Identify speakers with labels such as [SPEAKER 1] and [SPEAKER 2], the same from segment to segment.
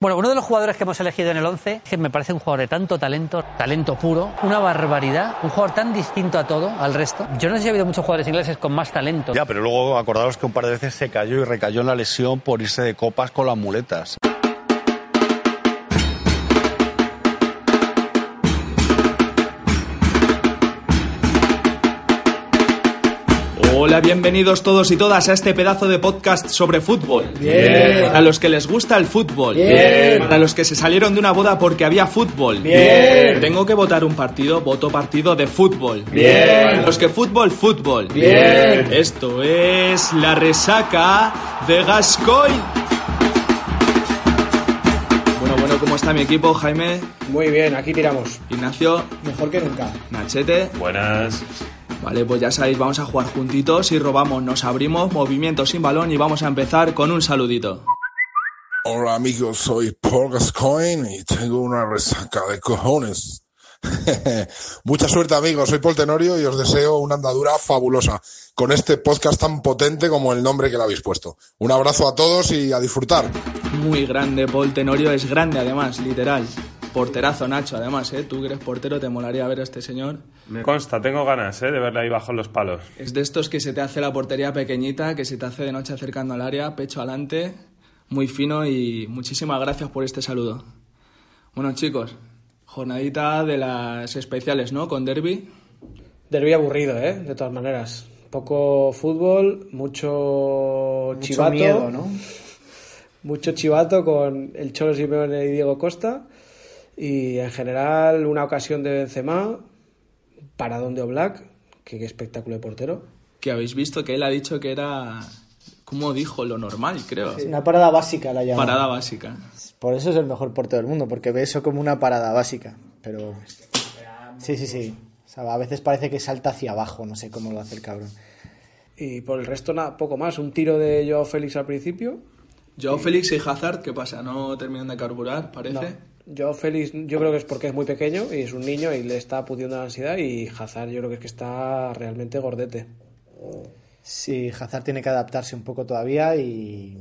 [SPEAKER 1] Bueno, uno de los jugadores que hemos elegido en el 11, que me parece un jugador de tanto talento, talento puro, una barbaridad, un jugador tan distinto a todo, al resto. Yo no sé si ha habido muchos jugadores ingleses con más talento.
[SPEAKER 2] Ya, pero luego acordaros que un par de veces se cayó y recayó en la lesión por irse de copas con las muletas.
[SPEAKER 3] Hola, bienvenidos todos y todas a este pedazo de podcast sobre fútbol.
[SPEAKER 4] Bien.
[SPEAKER 3] Para los que les gusta el fútbol.
[SPEAKER 4] Bien.
[SPEAKER 3] Para los que se salieron de una boda porque había fútbol.
[SPEAKER 4] Bien.
[SPEAKER 3] Tengo que votar un partido, voto partido de fútbol.
[SPEAKER 4] Bien.
[SPEAKER 3] Los que fútbol, fútbol.
[SPEAKER 4] Bien.
[SPEAKER 3] Esto es la resaca de Gascoy. Bueno, bueno, ¿cómo está mi equipo? Jaime,
[SPEAKER 4] Muy bien, aquí tiramos.
[SPEAKER 3] Ignacio,
[SPEAKER 4] Mejor que nunca.
[SPEAKER 3] Machete.
[SPEAKER 5] Buenas.
[SPEAKER 3] Vale, pues ya sabéis, vamos a jugar juntitos y robamos, nos abrimos, movimiento sin balón y vamos a empezar con un saludito.
[SPEAKER 6] Hola amigos, soy Paul Gascoigne y tengo una resaca de cojones. Mucha suerte amigos, soy Paul Tenorio y os deseo una andadura fabulosa con este podcast tan potente como el nombre que le habéis puesto. Un abrazo a todos y a disfrutar.
[SPEAKER 3] Muy grande, Paul Tenorio, es grande además, literal. Porterazo, Nacho, además, ¿eh? Tú que eres portero, te molaría ver a este señor.
[SPEAKER 5] Me consta, tengo ganas ¿eh? de verle ahí bajo los palos.
[SPEAKER 3] Es de estos que se te hace la portería pequeñita, que se te hace de noche acercando al área, pecho adelante, muy fino y muchísimas gracias por este saludo. Bueno, chicos, jornadita de las especiales, ¿no? Con Derby.
[SPEAKER 4] Derby aburrido, ¿eh? De todas maneras. Poco fútbol, mucho, chivato.
[SPEAKER 7] miedo, ¿no?
[SPEAKER 4] Mucho chivato con el Cholo Simeone y Diego Costa. Y en general, una ocasión de Benzema, paradón de Oblak, que qué espectáculo de portero.
[SPEAKER 3] que habéis visto que él ha dicho que era, como dijo, lo normal, creo.
[SPEAKER 7] Una parada básica la llaman.
[SPEAKER 3] Parada básica.
[SPEAKER 7] Por eso es el mejor portero del mundo, porque ve eso como una parada básica. Pero. Sí, sí, sí. O sea, a veces parece que salta hacia abajo, no sé cómo lo hace el cabrón.
[SPEAKER 4] Y por el resto, nada, poco más. Un tiro de Joao Félix al principio.
[SPEAKER 3] Joao Félix y Hazard, ¿qué pasa? ¿No terminan de carburar, parece?
[SPEAKER 4] Joao Félix, yo creo que es porque es muy pequeño y es un niño y le está pudiendo la ansiedad. Y Hazard, yo creo que es que está realmente gordete.
[SPEAKER 7] Sí, Hazard tiene que adaptarse un poco todavía y.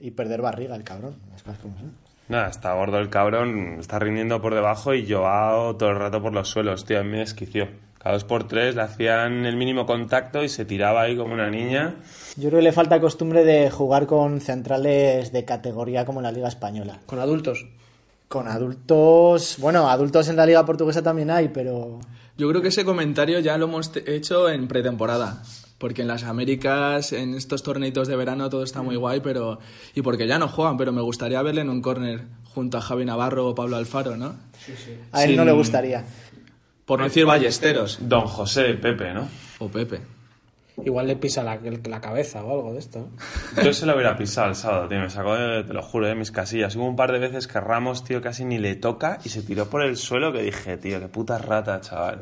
[SPEAKER 7] y perder barriga el cabrón. Las cosas como son.
[SPEAKER 5] Nada, está gordo el cabrón, está rindiendo por debajo y Joao todo el rato por los suelos, tío, a mí me desquició. Cada dos por tres le hacían el mínimo contacto y se tiraba ahí como una niña.
[SPEAKER 7] Yo creo que le falta costumbre de jugar con centrales de categoría como en la Liga Española.
[SPEAKER 4] Con adultos.
[SPEAKER 7] Con adultos. Bueno, adultos en la Liga Portuguesa también hay, pero.
[SPEAKER 3] Yo creo que ese comentario ya lo hemos te- hecho en pretemporada. Porque en las Américas, en estos torneitos de verano, todo está
[SPEAKER 7] Mm.
[SPEAKER 3] muy guay, pero. Y porque ya no juegan, pero me gustaría verle en un córner junto a Javi Navarro o Pablo Alfaro, ¿no?
[SPEAKER 7] A él
[SPEAKER 3] Sin-
[SPEAKER 7] no le gustaría.
[SPEAKER 3] Por no decir Ballesteros
[SPEAKER 5] Don José Pepe, ¿no?
[SPEAKER 3] o Pepe.
[SPEAKER 4] Igual le pisa la, la cabeza o algo de esto. ¿eh?
[SPEAKER 5] Yo se lo hubiera pisado el sábado, tío, me sacó, de, te lo juro, de mis casillas. Hubo un par de veces que Ramos, tío, casi ni le toca y se tiró por el suelo que dije, tío, qué puta rata, chaval.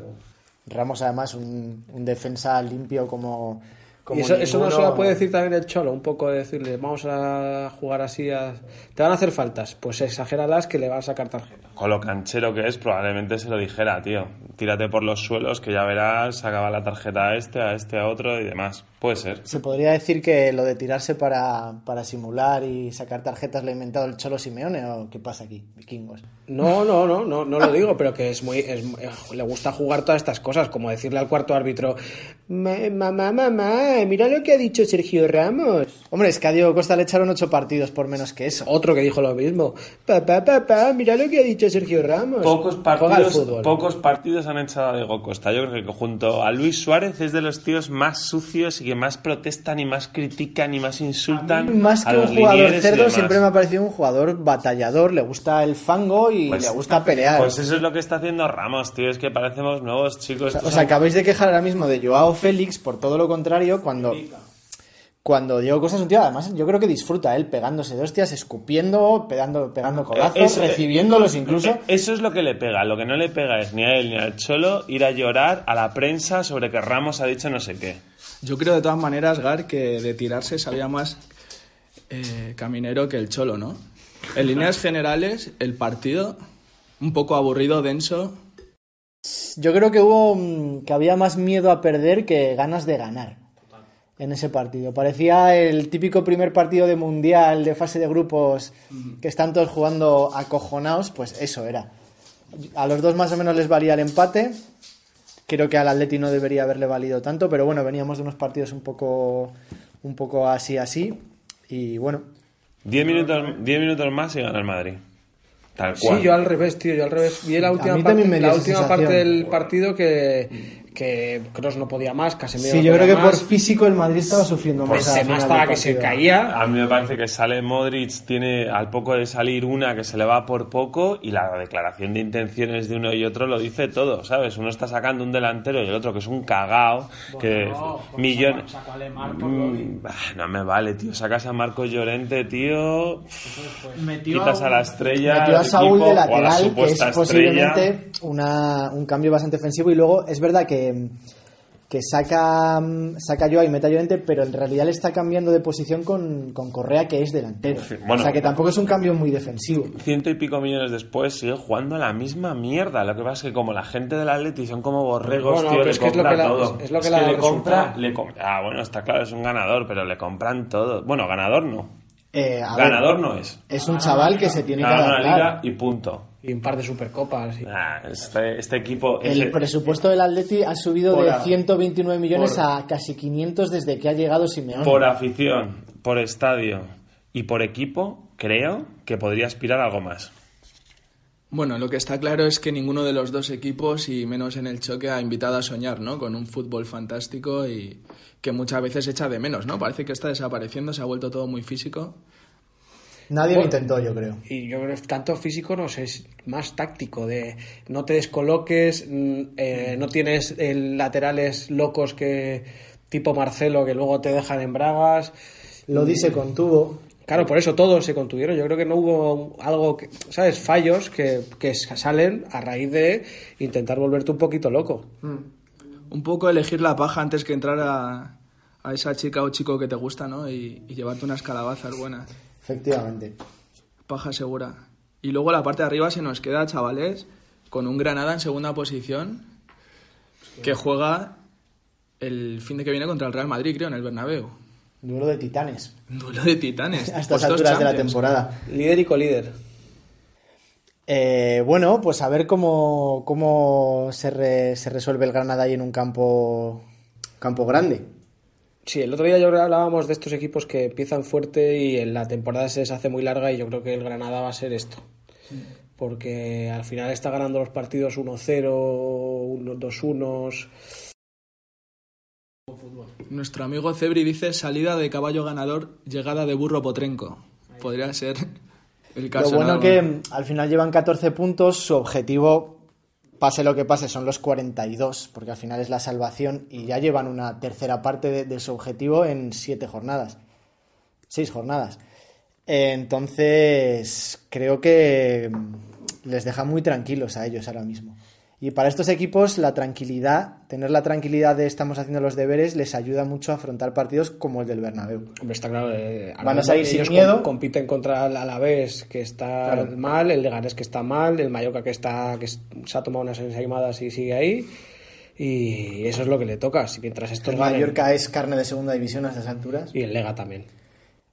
[SPEAKER 7] Ramos, además, un, un defensa limpio como. como
[SPEAKER 4] Y eso, eso no se
[SPEAKER 7] ninguno.
[SPEAKER 4] lo puede decir también el Cholo, un poco de decirle, vamos a jugar así, a- te van a hacer faltas, pues exagéralas que le van a sacar tarjeta.
[SPEAKER 5] Con lo canchero que es, probablemente se lo dijera, tío. Tírate por los suelos, que ya verás, sacaba la tarjeta a este, a este, a otro y demás. Puede ser.
[SPEAKER 7] Se podría decir que lo de tirarse para, para simular y sacar tarjetas lo ha inventado el Cholo Simeone o qué pasa aquí, vikingos.
[SPEAKER 4] No, no, no, no, no lo digo, pero que es muy, es- eh, le gusta jugar todas estas cosas, como decirle al cuarto árbitro, "Ma- mamá, mamá,
[SPEAKER 7] Eh,
[SPEAKER 4] mira lo que ha dicho Sergio Ramos.
[SPEAKER 7] Hombre, es que a Diego Costa le echaron ocho partidos por menos que eso.
[SPEAKER 4] Otro que dijo lo mismo, papá, papá, mira lo que ha dicho Sergio Ramos.
[SPEAKER 5] Pocos
[SPEAKER 4] Juega al
[SPEAKER 5] partidos,
[SPEAKER 4] fútbol.
[SPEAKER 5] pocos partidos han echado a Diego Costa. Yo creo que junto a Luis Suárez es de los tíos más sucios y que más protestan y más critican y más insultan.
[SPEAKER 7] Más
[SPEAKER 5] a
[SPEAKER 7] que un
[SPEAKER 5] los
[SPEAKER 7] jugador
[SPEAKER 5] linieres y
[SPEAKER 7] cerdo,
[SPEAKER 5] demás.
[SPEAKER 7] siempre me ha parecido un jugador batallador, le gusta el fango y
[SPEAKER 5] Pues-
[SPEAKER 7] le gusta pelear.
[SPEAKER 5] Pues eso es lo que está haciendo Ramos, tío. Es que parecemos nuevos chicos.
[SPEAKER 7] O sea, acabáis de quejar ahora mismo de Joao Félix por todo lo contrario cuando... Cuando Diego Costa es un tío, además, yo creo que disfruta él pegándose de hostias, escupiendo, pegando, pegando codazos,
[SPEAKER 5] eso-
[SPEAKER 7] recibiéndolos incluso.
[SPEAKER 5] Eh, Eso es lo que le pega. Lo que no le pega es ni a él ni al Cholo ir a llorar a la prensa sobre que Ramos ha dicho no sé qué.
[SPEAKER 3] Yo creo de todas maneras, Gar, que de tirarse sabía más eh, Caminero que el Cholo, ¿no? En líneas generales, el partido, un poco aburrido, denso.
[SPEAKER 7] Yo creo que hubo mm, que había más miedo a perder que ganas de ganar en ese partido. Parecía el típico primer partido de mundial de fase de grupos que están todos jugando acojonados, pues eso era. A los dos más o menos les valía el empate. Creo que al Atleti no debería haberle valido tanto, pero bueno, veníamos de unos partidos un poco un poco así así y bueno,
[SPEAKER 5] Diez minutos, diez minutos más y gana el Madrid. Tal cual.
[SPEAKER 4] Sí, yo al revés, tío, yo al revés. Vi la última
[SPEAKER 7] mí
[SPEAKER 4] parte,
[SPEAKER 7] también me dio
[SPEAKER 4] la
[SPEAKER 7] esa
[SPEAKER 4] última
[SPEAKER 7] sensación.
[SPEAKER 4] parte del partido que que Cross no podía más, Casemiro
[SPEAKER 7] sí,
[SPEAKER 4] no
[SPEAKER 7] yo creo
[SPEAKER 4] podía
[SPEAKER 7] que por
[SPEAKER 4] más,
[SPEAKER 7] físico el Madrid estaba sufriendo más. al
[SPEAKER 4] Benzema
[SPEAKER 7] final
[SPEAKER 4] estaba
[SPEAKER 7] del
[SPEAKER 4] que se
[SPEAKER 7] partido.
[SPEAKER 4] caía.
[SPEAKER 5] A mí me parece que sale Modric, tiene al poco de salir una que se le va por poco y la declaración de intenciones de uno y otro lo dice todo, ¿sabes? Uno está sacando un delantero y el otro que es un cagao, que millones... Mm,
[SPEAKER 4] Mm.
[SPEAKER 5] ah, no me vale, tío, sacas a Marco Llorente, tío,
[SPEAKER 4] pues,
[SPEAKER 5] quitas a la estrella,
[SPEAKER 7] metió a
[SPEAKER 5] del
[SPEAKER 7] Saúl
[SPEAKER 5] equipo, o
[SPEAKER 7] de
[SPEAKER 5] a la
[SPEAKER 7] lateral, que es
[SPEAKER 5] supuesta estrella.
[SPEAKER 7] posiblemente una- un cambio bastante ofensivo. Y luego es verdad que, que saca, mm, saca yo y mete a Llorente, pero en realidad le está cambiando de posición con, con Correa, que es delantero.
[SPEAKER 5] Sí, bueno.
[SPEAKER 7] o sea que tampoco es un cambio muy defensivo.
[SPEAKER 5] ciento y pico millones después sigue jugando a la misma mierda. Lo que pasa es que como la gente del Atleti son como borregos,
[SPEAKER 4] Bueno,
[SPEAKER 5] tío,
[SPEAKER 4] pero
[SPEAKER 5] le
[SPEAKER 4] es que es lo que
[SPEAKER 5] compra
[SPEAKER 4] la-
[SPEAKER 5] todo.
[SPEAKER 4] es- es lo que la da
[SPEAKER 5] le
[SPEAKER 4] el
[SPEAKER 5] compra,
[SPEAKER 4] resultado.
[SPEAKER 5] le com- Ah, bueno, está claro, es un ganador, pero le compran todo. Bueno, ganador no.
[SPEAKER 7] Eh, a ver,
[SPEAKER 5] ganador no es.
[SPEAKER 7] es un chaval que se tiene que
[SPEAKER 5] Ganador la
[SPEAKER 7] adaptar.
[SPEAKER 5] liga y punto.
[SPEAKER 4] y un par de supercopas. y-
[SPEAKER 5] Ah, este, este equipo...
[SPEAKER 7] El
[SPEAKER 5] ese-
[SPEAKER 7] presupuesto del Atleti ha subido
[SPEAKER 3] Por
[SPEAKER 7] de
[SPEAKER 3] a-
[SPEAKER 7] 129 millones
[SPEAKER 3] por-
[SPEAKER 7] a casi 500 desde que ha llegado Simeone.
[SPEAKER 5] por afición, por estadio y por equipo, creo que podría aspirar a algo más.
[SPEAKER 3] Bueno, lo que está claro es que ninguno de los dos equipos, y menos en el choque, ha invitado a soñar, ¿no? Con un fútbol fantástico y que muchas veces echa de menos, ¿no? Parece que está desapareciendo, se ha vuelto todo muy físico.
[SPEAKER 7] Nadie lo intentó, yo creo.
[SPEAKER 4] Y yo creo que tanto físico no sé, es más táctico, de no te descoloques, mm, eh, no tienes eh, laterales locos que tipo Marcelo que luego te dejan en bragas.
[SPEAKER 7] Lo dice contuvo.
[SPEAKER 4] Claro, por eso todos se contuvieron. Yo creo que no hubo algo, que, ¿sabes? Fallos que, que salen a raíz de intentar volverte un poquito loco.
[SPEAKER 3] Un poco elegir la paja antes que entrar a, a esa chica o chico que te gusta, ¿no? Y, y llevarte unas calabazas buenas.
[SPEAKER 7] Efectivamente.
[SPEAKER 3] Paja segura. Y luego la parte de arriba se nos queda, chavales, con un Granada en segunda posición que juega el fin de que viene contra el Real Madrid, creo, en el Bernabéu.
[SPEAKER 7] Duelo de titanes.
[SPEAKER 3] Duelo de titanes.
[SPEAKER 7] A estas
[SPEAKER 3] Puestos
[SPEAKER 7] alturas de la
[SPEAKER 3] Champions.
[SPEAKER 7] temporada.
[SPEAKER 4] Líder y colíder.
[SPEAKER 7] Eh, bueno, pues a ver cómo, cómo se, re- se resuelve el Granada ahí en un campo, campo grande.
[SPEAKER 4] Sí, el otro día yo creo que hablábamos de estos equipos que empiezan fuerte y en la temporada se les hace muy larga y yo creo que el Granada va a ser esto.
[SPEAKER 3] Mm.
[SPEAKER 4] Porque al final está ganando los partidos 1-0, unos 2-1.
[SPEAKER 3] Nuestro amigo Cebri dice salida de caballo ganador, llegada de burro potrenco. Podría ser el caso.
[SPEAKER 7] Lo bueno
[SPEAKER 3] ¿no?
[SPEAKER 7] que mm, al final llevan 14 puntos, su objetivo, pase lo que pase, son los 42, porque al final es la salvación y ya llevan una tercera parte de, de su objetivo en 7 jornadas, 6 jornadas. Entonces, creo que mm, les deja muy tranquilos a ellos ahora mismo. Y para estos equipos, la tranquilidad, tener la tranquilidad de estamos haciendo los deberes, les ayuda mucho a afrontar partidos como el del Bernabéu.
[SPEAKER 4] Hombre, está claro. eh, ahora
[SPEAKER 7] Van a
[SPEAKER 4] mismo
[SPEAKER 7] salir sin
[SPEAKER 4] ellos
[SPEAKER 7] miedo.
[SPEAKER 4] com- compiten contra el Alavés, que está
[SPEAKER 7] Claro.
[SPEAKER 4] mal, el Leganés, que está mal, el Mallorca, que, está, que s- se ha tomado unas ensaimadas y sigue ahí. Y eso es lo que le toca. Si mientras estos
[SPEAKER 7] El
[SPEAKER 4] ganen-
[SPEAKER 7] Mallorca es carne de segunda división a estas alturas.
[SPEAKER 4] Y el Lega también.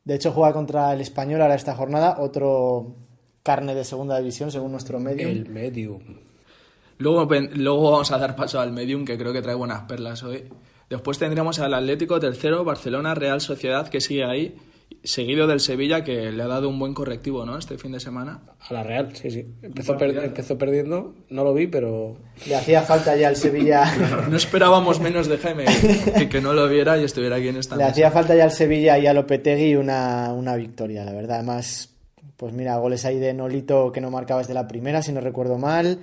[SPEAKER 7] De hecho, juega contra el español ahora esta jornada, otro carne de segunda división, según nuestro medio.
[SPEAKER 4] El Medium.
[SPEAKER 3] Luego, pen- luego vamos a dar paso al medium, que creo que trae buenas perlas hoy. Después tendremos al Atlético tercero, Barcelona, Real Sociedad, que sigue ahí, seguido del Sevilla, que le ha dado un buen correctivo, ¿no? Este fin de semana.
[SPEAKER 4] A la Real, sí, sí. Empezó, per- empezó perdiendo, no lo vi, pero
[SPEAKER 7] Le hacía falta ya al Sevilla.
[SPEAKER 3] No esperábamos menos de Jaime, que, que no lo viera y estuviera aquí en esta
[SPEAKER 7] le
[SPEAKER 3] mesa.
[SPEAKER 7] hacía falta ya al Sevilla y a Lopetegui una, una victoria, la verdad. Además, pues mira, goles ahí de Nolito que no marcaba desde la primera, si no recuerdo mal.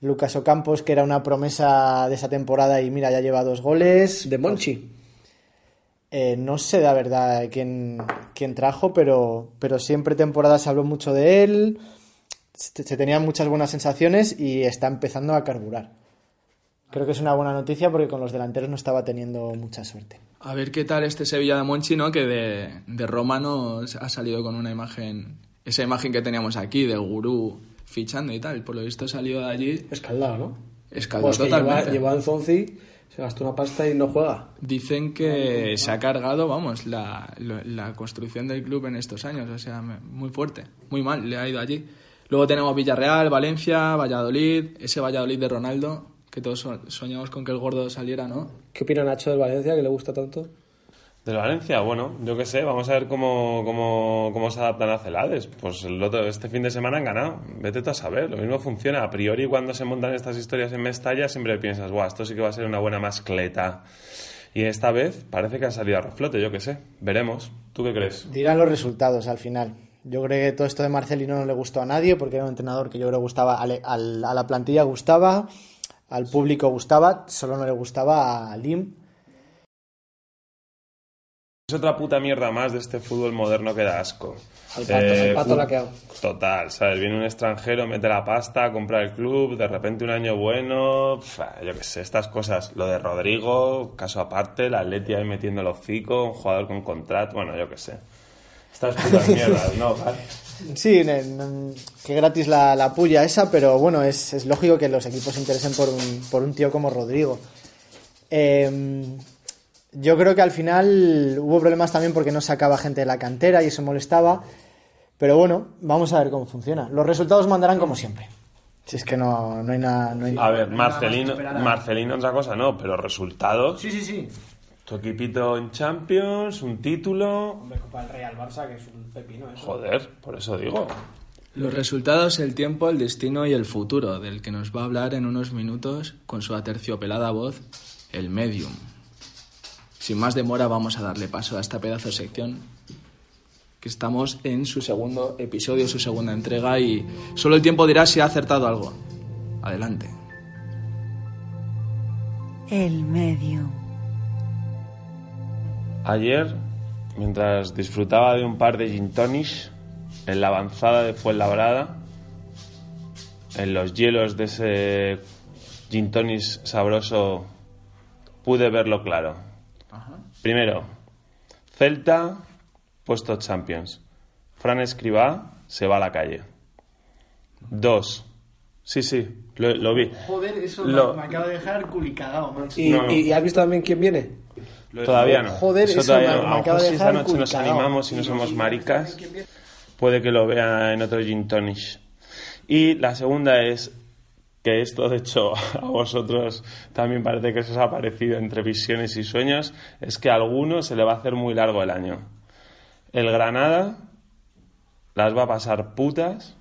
[SPEAKER 7] Lucas Ocampos, que era una promesa de esa temporada y mira, ya lleva dos goles.
[SPEAKER 4] de Monchi.
[SPEAKER 7] Eh, no sé la verdad quién, quién trajo, pero, pero siempre temporada se habló mucho de él, se, se tenían muchas buenas sensaciones y está empezando a carburar. Creo que es una buena noticia porque con los delanteros no estaba teniendo mucha suerte.
[SPEAKER 3] A ver qué tal este Sevilla de Monchi, ¿no? Que de, de Roma nos ha salido con una imagen, esa imagen que teníamos aquí de gurú fichando y tal. Por lo visto salió de allí
[SPEAKER 4] Escaldado, ¿no?
[SPEAKER 3] escaldado
[SPEAKER 4] Pues que lleva,
[SPEAKER 3] totalmente.
[SPEAKER 4] lleva a Zonzi, se gastó una pasta y no juega.
[SPEAKER 3] Dicen que se ha cargado, vamos, la, lo- la construcción del club en estos años. O sea, me- muy fuerte, muy mal, le ha ido allí. Luego tenemos Villarreal, Valencia, Valladolid, ese Valladolid de Ronaldo, que todos so- soñamos con que el gordo saliera, ¿no?
[SPEAKER 4] ¿Qué opina Nacho del Valencia, que le gusta tanto?
[SPEAKER 5] De Valencia, bueno, yo qué sé, vamos a ver cómo, cómo, cómo se adaptan a Celades. Pues el otro, este fin de semana han ganado, vete tú a saber, lo mismo funciona. A priori cuando se montan estas historias en Mestalla siempre piensas, guau, esto sí que va a ser una buena mascleta. Y esta vez parece que han salido a reflote, yo qué sé, veremos. ¿Tú qué crees?
[SPEAKER 7] Dirán los resultados al final. Yo creo que todo esto de Marcelino no le gustó a nadie porque era un entrenador que yo creo gustaba al- al- a la plantilla, gustaba, al público gustaba, solo no le gustaba a Lim.
[SPEAKER 5] Es otra puta mierda más de este fútbol moderno que da asco. Eh,
[SPEAKER 4] Al pato, al pato
[SPEAKER 5] fut-
[SPEAKER 4] la que hago.
[SPEAKER 5] Total, ¿sabes? Viene un extranjero, mete la pasta, compra el club, de repente un año bueno, pf, yo qué sé, estas cosas. Lo de Rodrigo, caso aparte, el Atleti ahí metiendo el hocico, un jugador con contrato, bueno, yo qué sé. Estas putas mierdas, ¿no? Vale.
[SPEAKER 7] Sí, ne- ne- que gratis la, la puya esa, pero bueno, es, es lógico que los equipos se interesen por un, por un tío como Rodrigo. Eh, yo creo que al final hubo problemas también porque no sacaba gente de la cantera y eso molestaba. Pero bueno, vamos a ver cómo funciona. Los resultados mandarán como siempre. Si es que no, no hay nada. no hay-
[SPEAKER 5] A ver, Marcelino, Marcelino otra cosa no, pero resultados.
[SPEAKER 7] sí, sí.
[SPEAKER 5] Tu equipito en Champions, un título...
[SPEAKER 4] Para el Real Barça, que es un pepino, ¿eh?
[SPEAKER 5] Joder, por eso digo.
[SPEAKER 3] Los resultados, el tiempo, el destino y el futuro, del que nos va a hablar en unos minutos con su aterciopelada voz, el medium. Sin más demora vamos a darle paso a esta pedazo de sección que estamos en su segundo episodio, su segunda entrega y solo el tiempo dirá si ha acertado algo. Adelante.
[SPEAKER 8] El medio.
[SPEAKER 5] Ayer, mientras disfrutaba de un par de gin tonics en la avanzada de Fuenlabrada, en los hielos de ese gin tonic sabroso, pude verlo claro. Primero, Celta, puesto Champions. Fran Escribá se va a la calle. Dos. Sí, sí, lo, lo vi.
[SPEAKER 7] Joder, eso
[SPEAKER 5] me- Lo- me
[SPEAKER 7] acaba de dejar culicagado, macho.
[SPEAKER 4] ¿Y,
[SPEAKER 5] No, no.
[SPEAKER 4] y- y has visto también quién viene?
[SPEAKER 5] Todavía no.
[SPEAKER 7] Joder, eso
[SPEAKER 5] todavía
[SPEAKER 7] me-
[SPEAKER 5] no.
[SPEAKER 7] me
[SPEAKER 5] A lo
[SPEAKER 7] acaba
[SPEAKER 5] mejor
[SPEAKER 7] de
[SPEAKER 5] si esta
[SPEAKER 7] dejar
[SPEAKER 5] noche nos
[SPEAKER 7] culicao.
[SPEAKER 5] animamos y no somos maricas, puede que lo vea en otro gin tonic. Y la segunda es que esto, de hecho, a vosotros también parece que se os ha parecido entre visiones y sueños, es que a alguno se le va a hacer muy largo el año. El Granada las va a pasar putas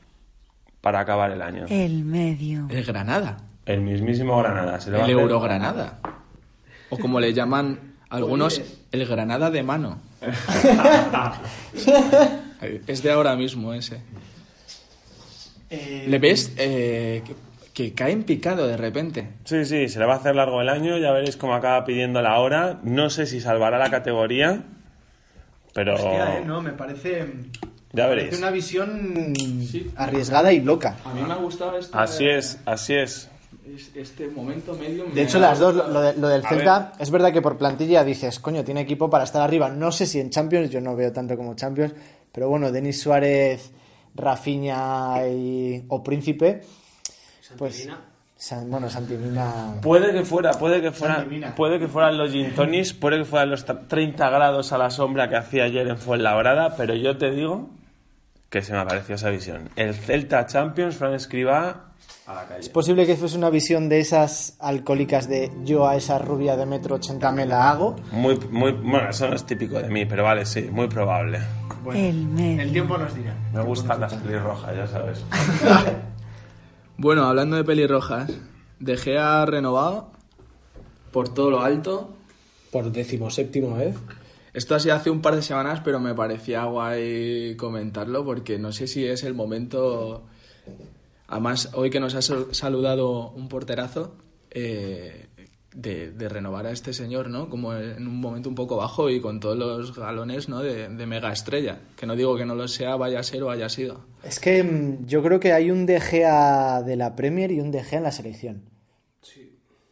[SPEAKER 5] para acabar el año.
[SPEAKER 7] Eh.
[SPEAKER 8] El medio.
[SPEAKER 3] El Granada.
[SPEAKER 5] El mismísimo Granada. Se le va
[SPEAKER 3] El
[SPEAKER 5] a hacer-
[SPEAKER 3] Eurogranada. O como le llaman
[SPEAKER 7] Pues
[SPEAKER 3] algunos, el Granada de mano. es de ahora mismo ese. ¿Le ves eh, que, que cae en picado de repente?
[SPEAKER 5] Sí, sí, se le va a hacer largo el año, ya veréis cómo acaba pidiendo la hora. No sé si salvará la categoría, pero
[SPEAKER 7] eh, me parece.
[SPEAKER 5] ya veréis.
[SPEAKER 7] visión arriesgada y loca.
[SPEAKER 3] A mí me ha gustado este,
[SPEAKER 5] Así es, así es.
[SPEAKER 3] este momento medio.
[SPEAKER 7] De hecho, las dos, lo, de- lo del
[SPEAKER 5] A
[SPEAKER 7] Celta, es verdad que por plantilla dices, coño, tiene equipo para estar arriba. No sé si en Champions, yo no veo tanto como Champions, pero bueno, Denis Suárez, Rafinha y- o Príncipe. Pues, San- bueno, Santimina.
[SPEAKER 5] Puede que fuera, puede que fuera,
[SPEAKER 7] Santimina.
[SPEAKER 5] puede que fueran los gin tonics, puede que fueran los tra- 30 grados a la sombra que hacía ayer en Fuenlabrada, pero yo te digo que se me apareció esa visión. El Celta Champions, Fran Escribá,
[SPEAKER 7] Es posible que fuese una visión de esas alcohólicas de yo a esa rubia de metro 80 me la hago.
[SPEAKER 5] muy, muy, bueno, eso no es típico de mí, pero vale, sí, muy probable.
[SPEAKER 8] El medio.
[SPEAKER 7] tiempo nos dirá.
[SPEAKER 5] Me gustan las pelirrojas, ya sabes.
[SPEAKER 3] Bueno, hablando de pelirrojas, De Gea renovado por todo lo alto.
[SPEAKER 4] Por decimoséptima vez.
[SPEAKER 3] Esto ha sido hace un par de semanas, pero me parecía guay comentarlo porque no sé si es el momento. Además, hoy que nos ha sal- saludado un porterazo, eh, de, de renovar a este señor, ¿no? Como en un momento un poco bajo y con todos los galones, ¿no? De, de mega estrella. Que no digo que no lo sea, vaya a ser o haya sido.
[SPEAKER 7] Es que mm, yo creo que hay un De Gea de la Premier y un De Gea en la selección.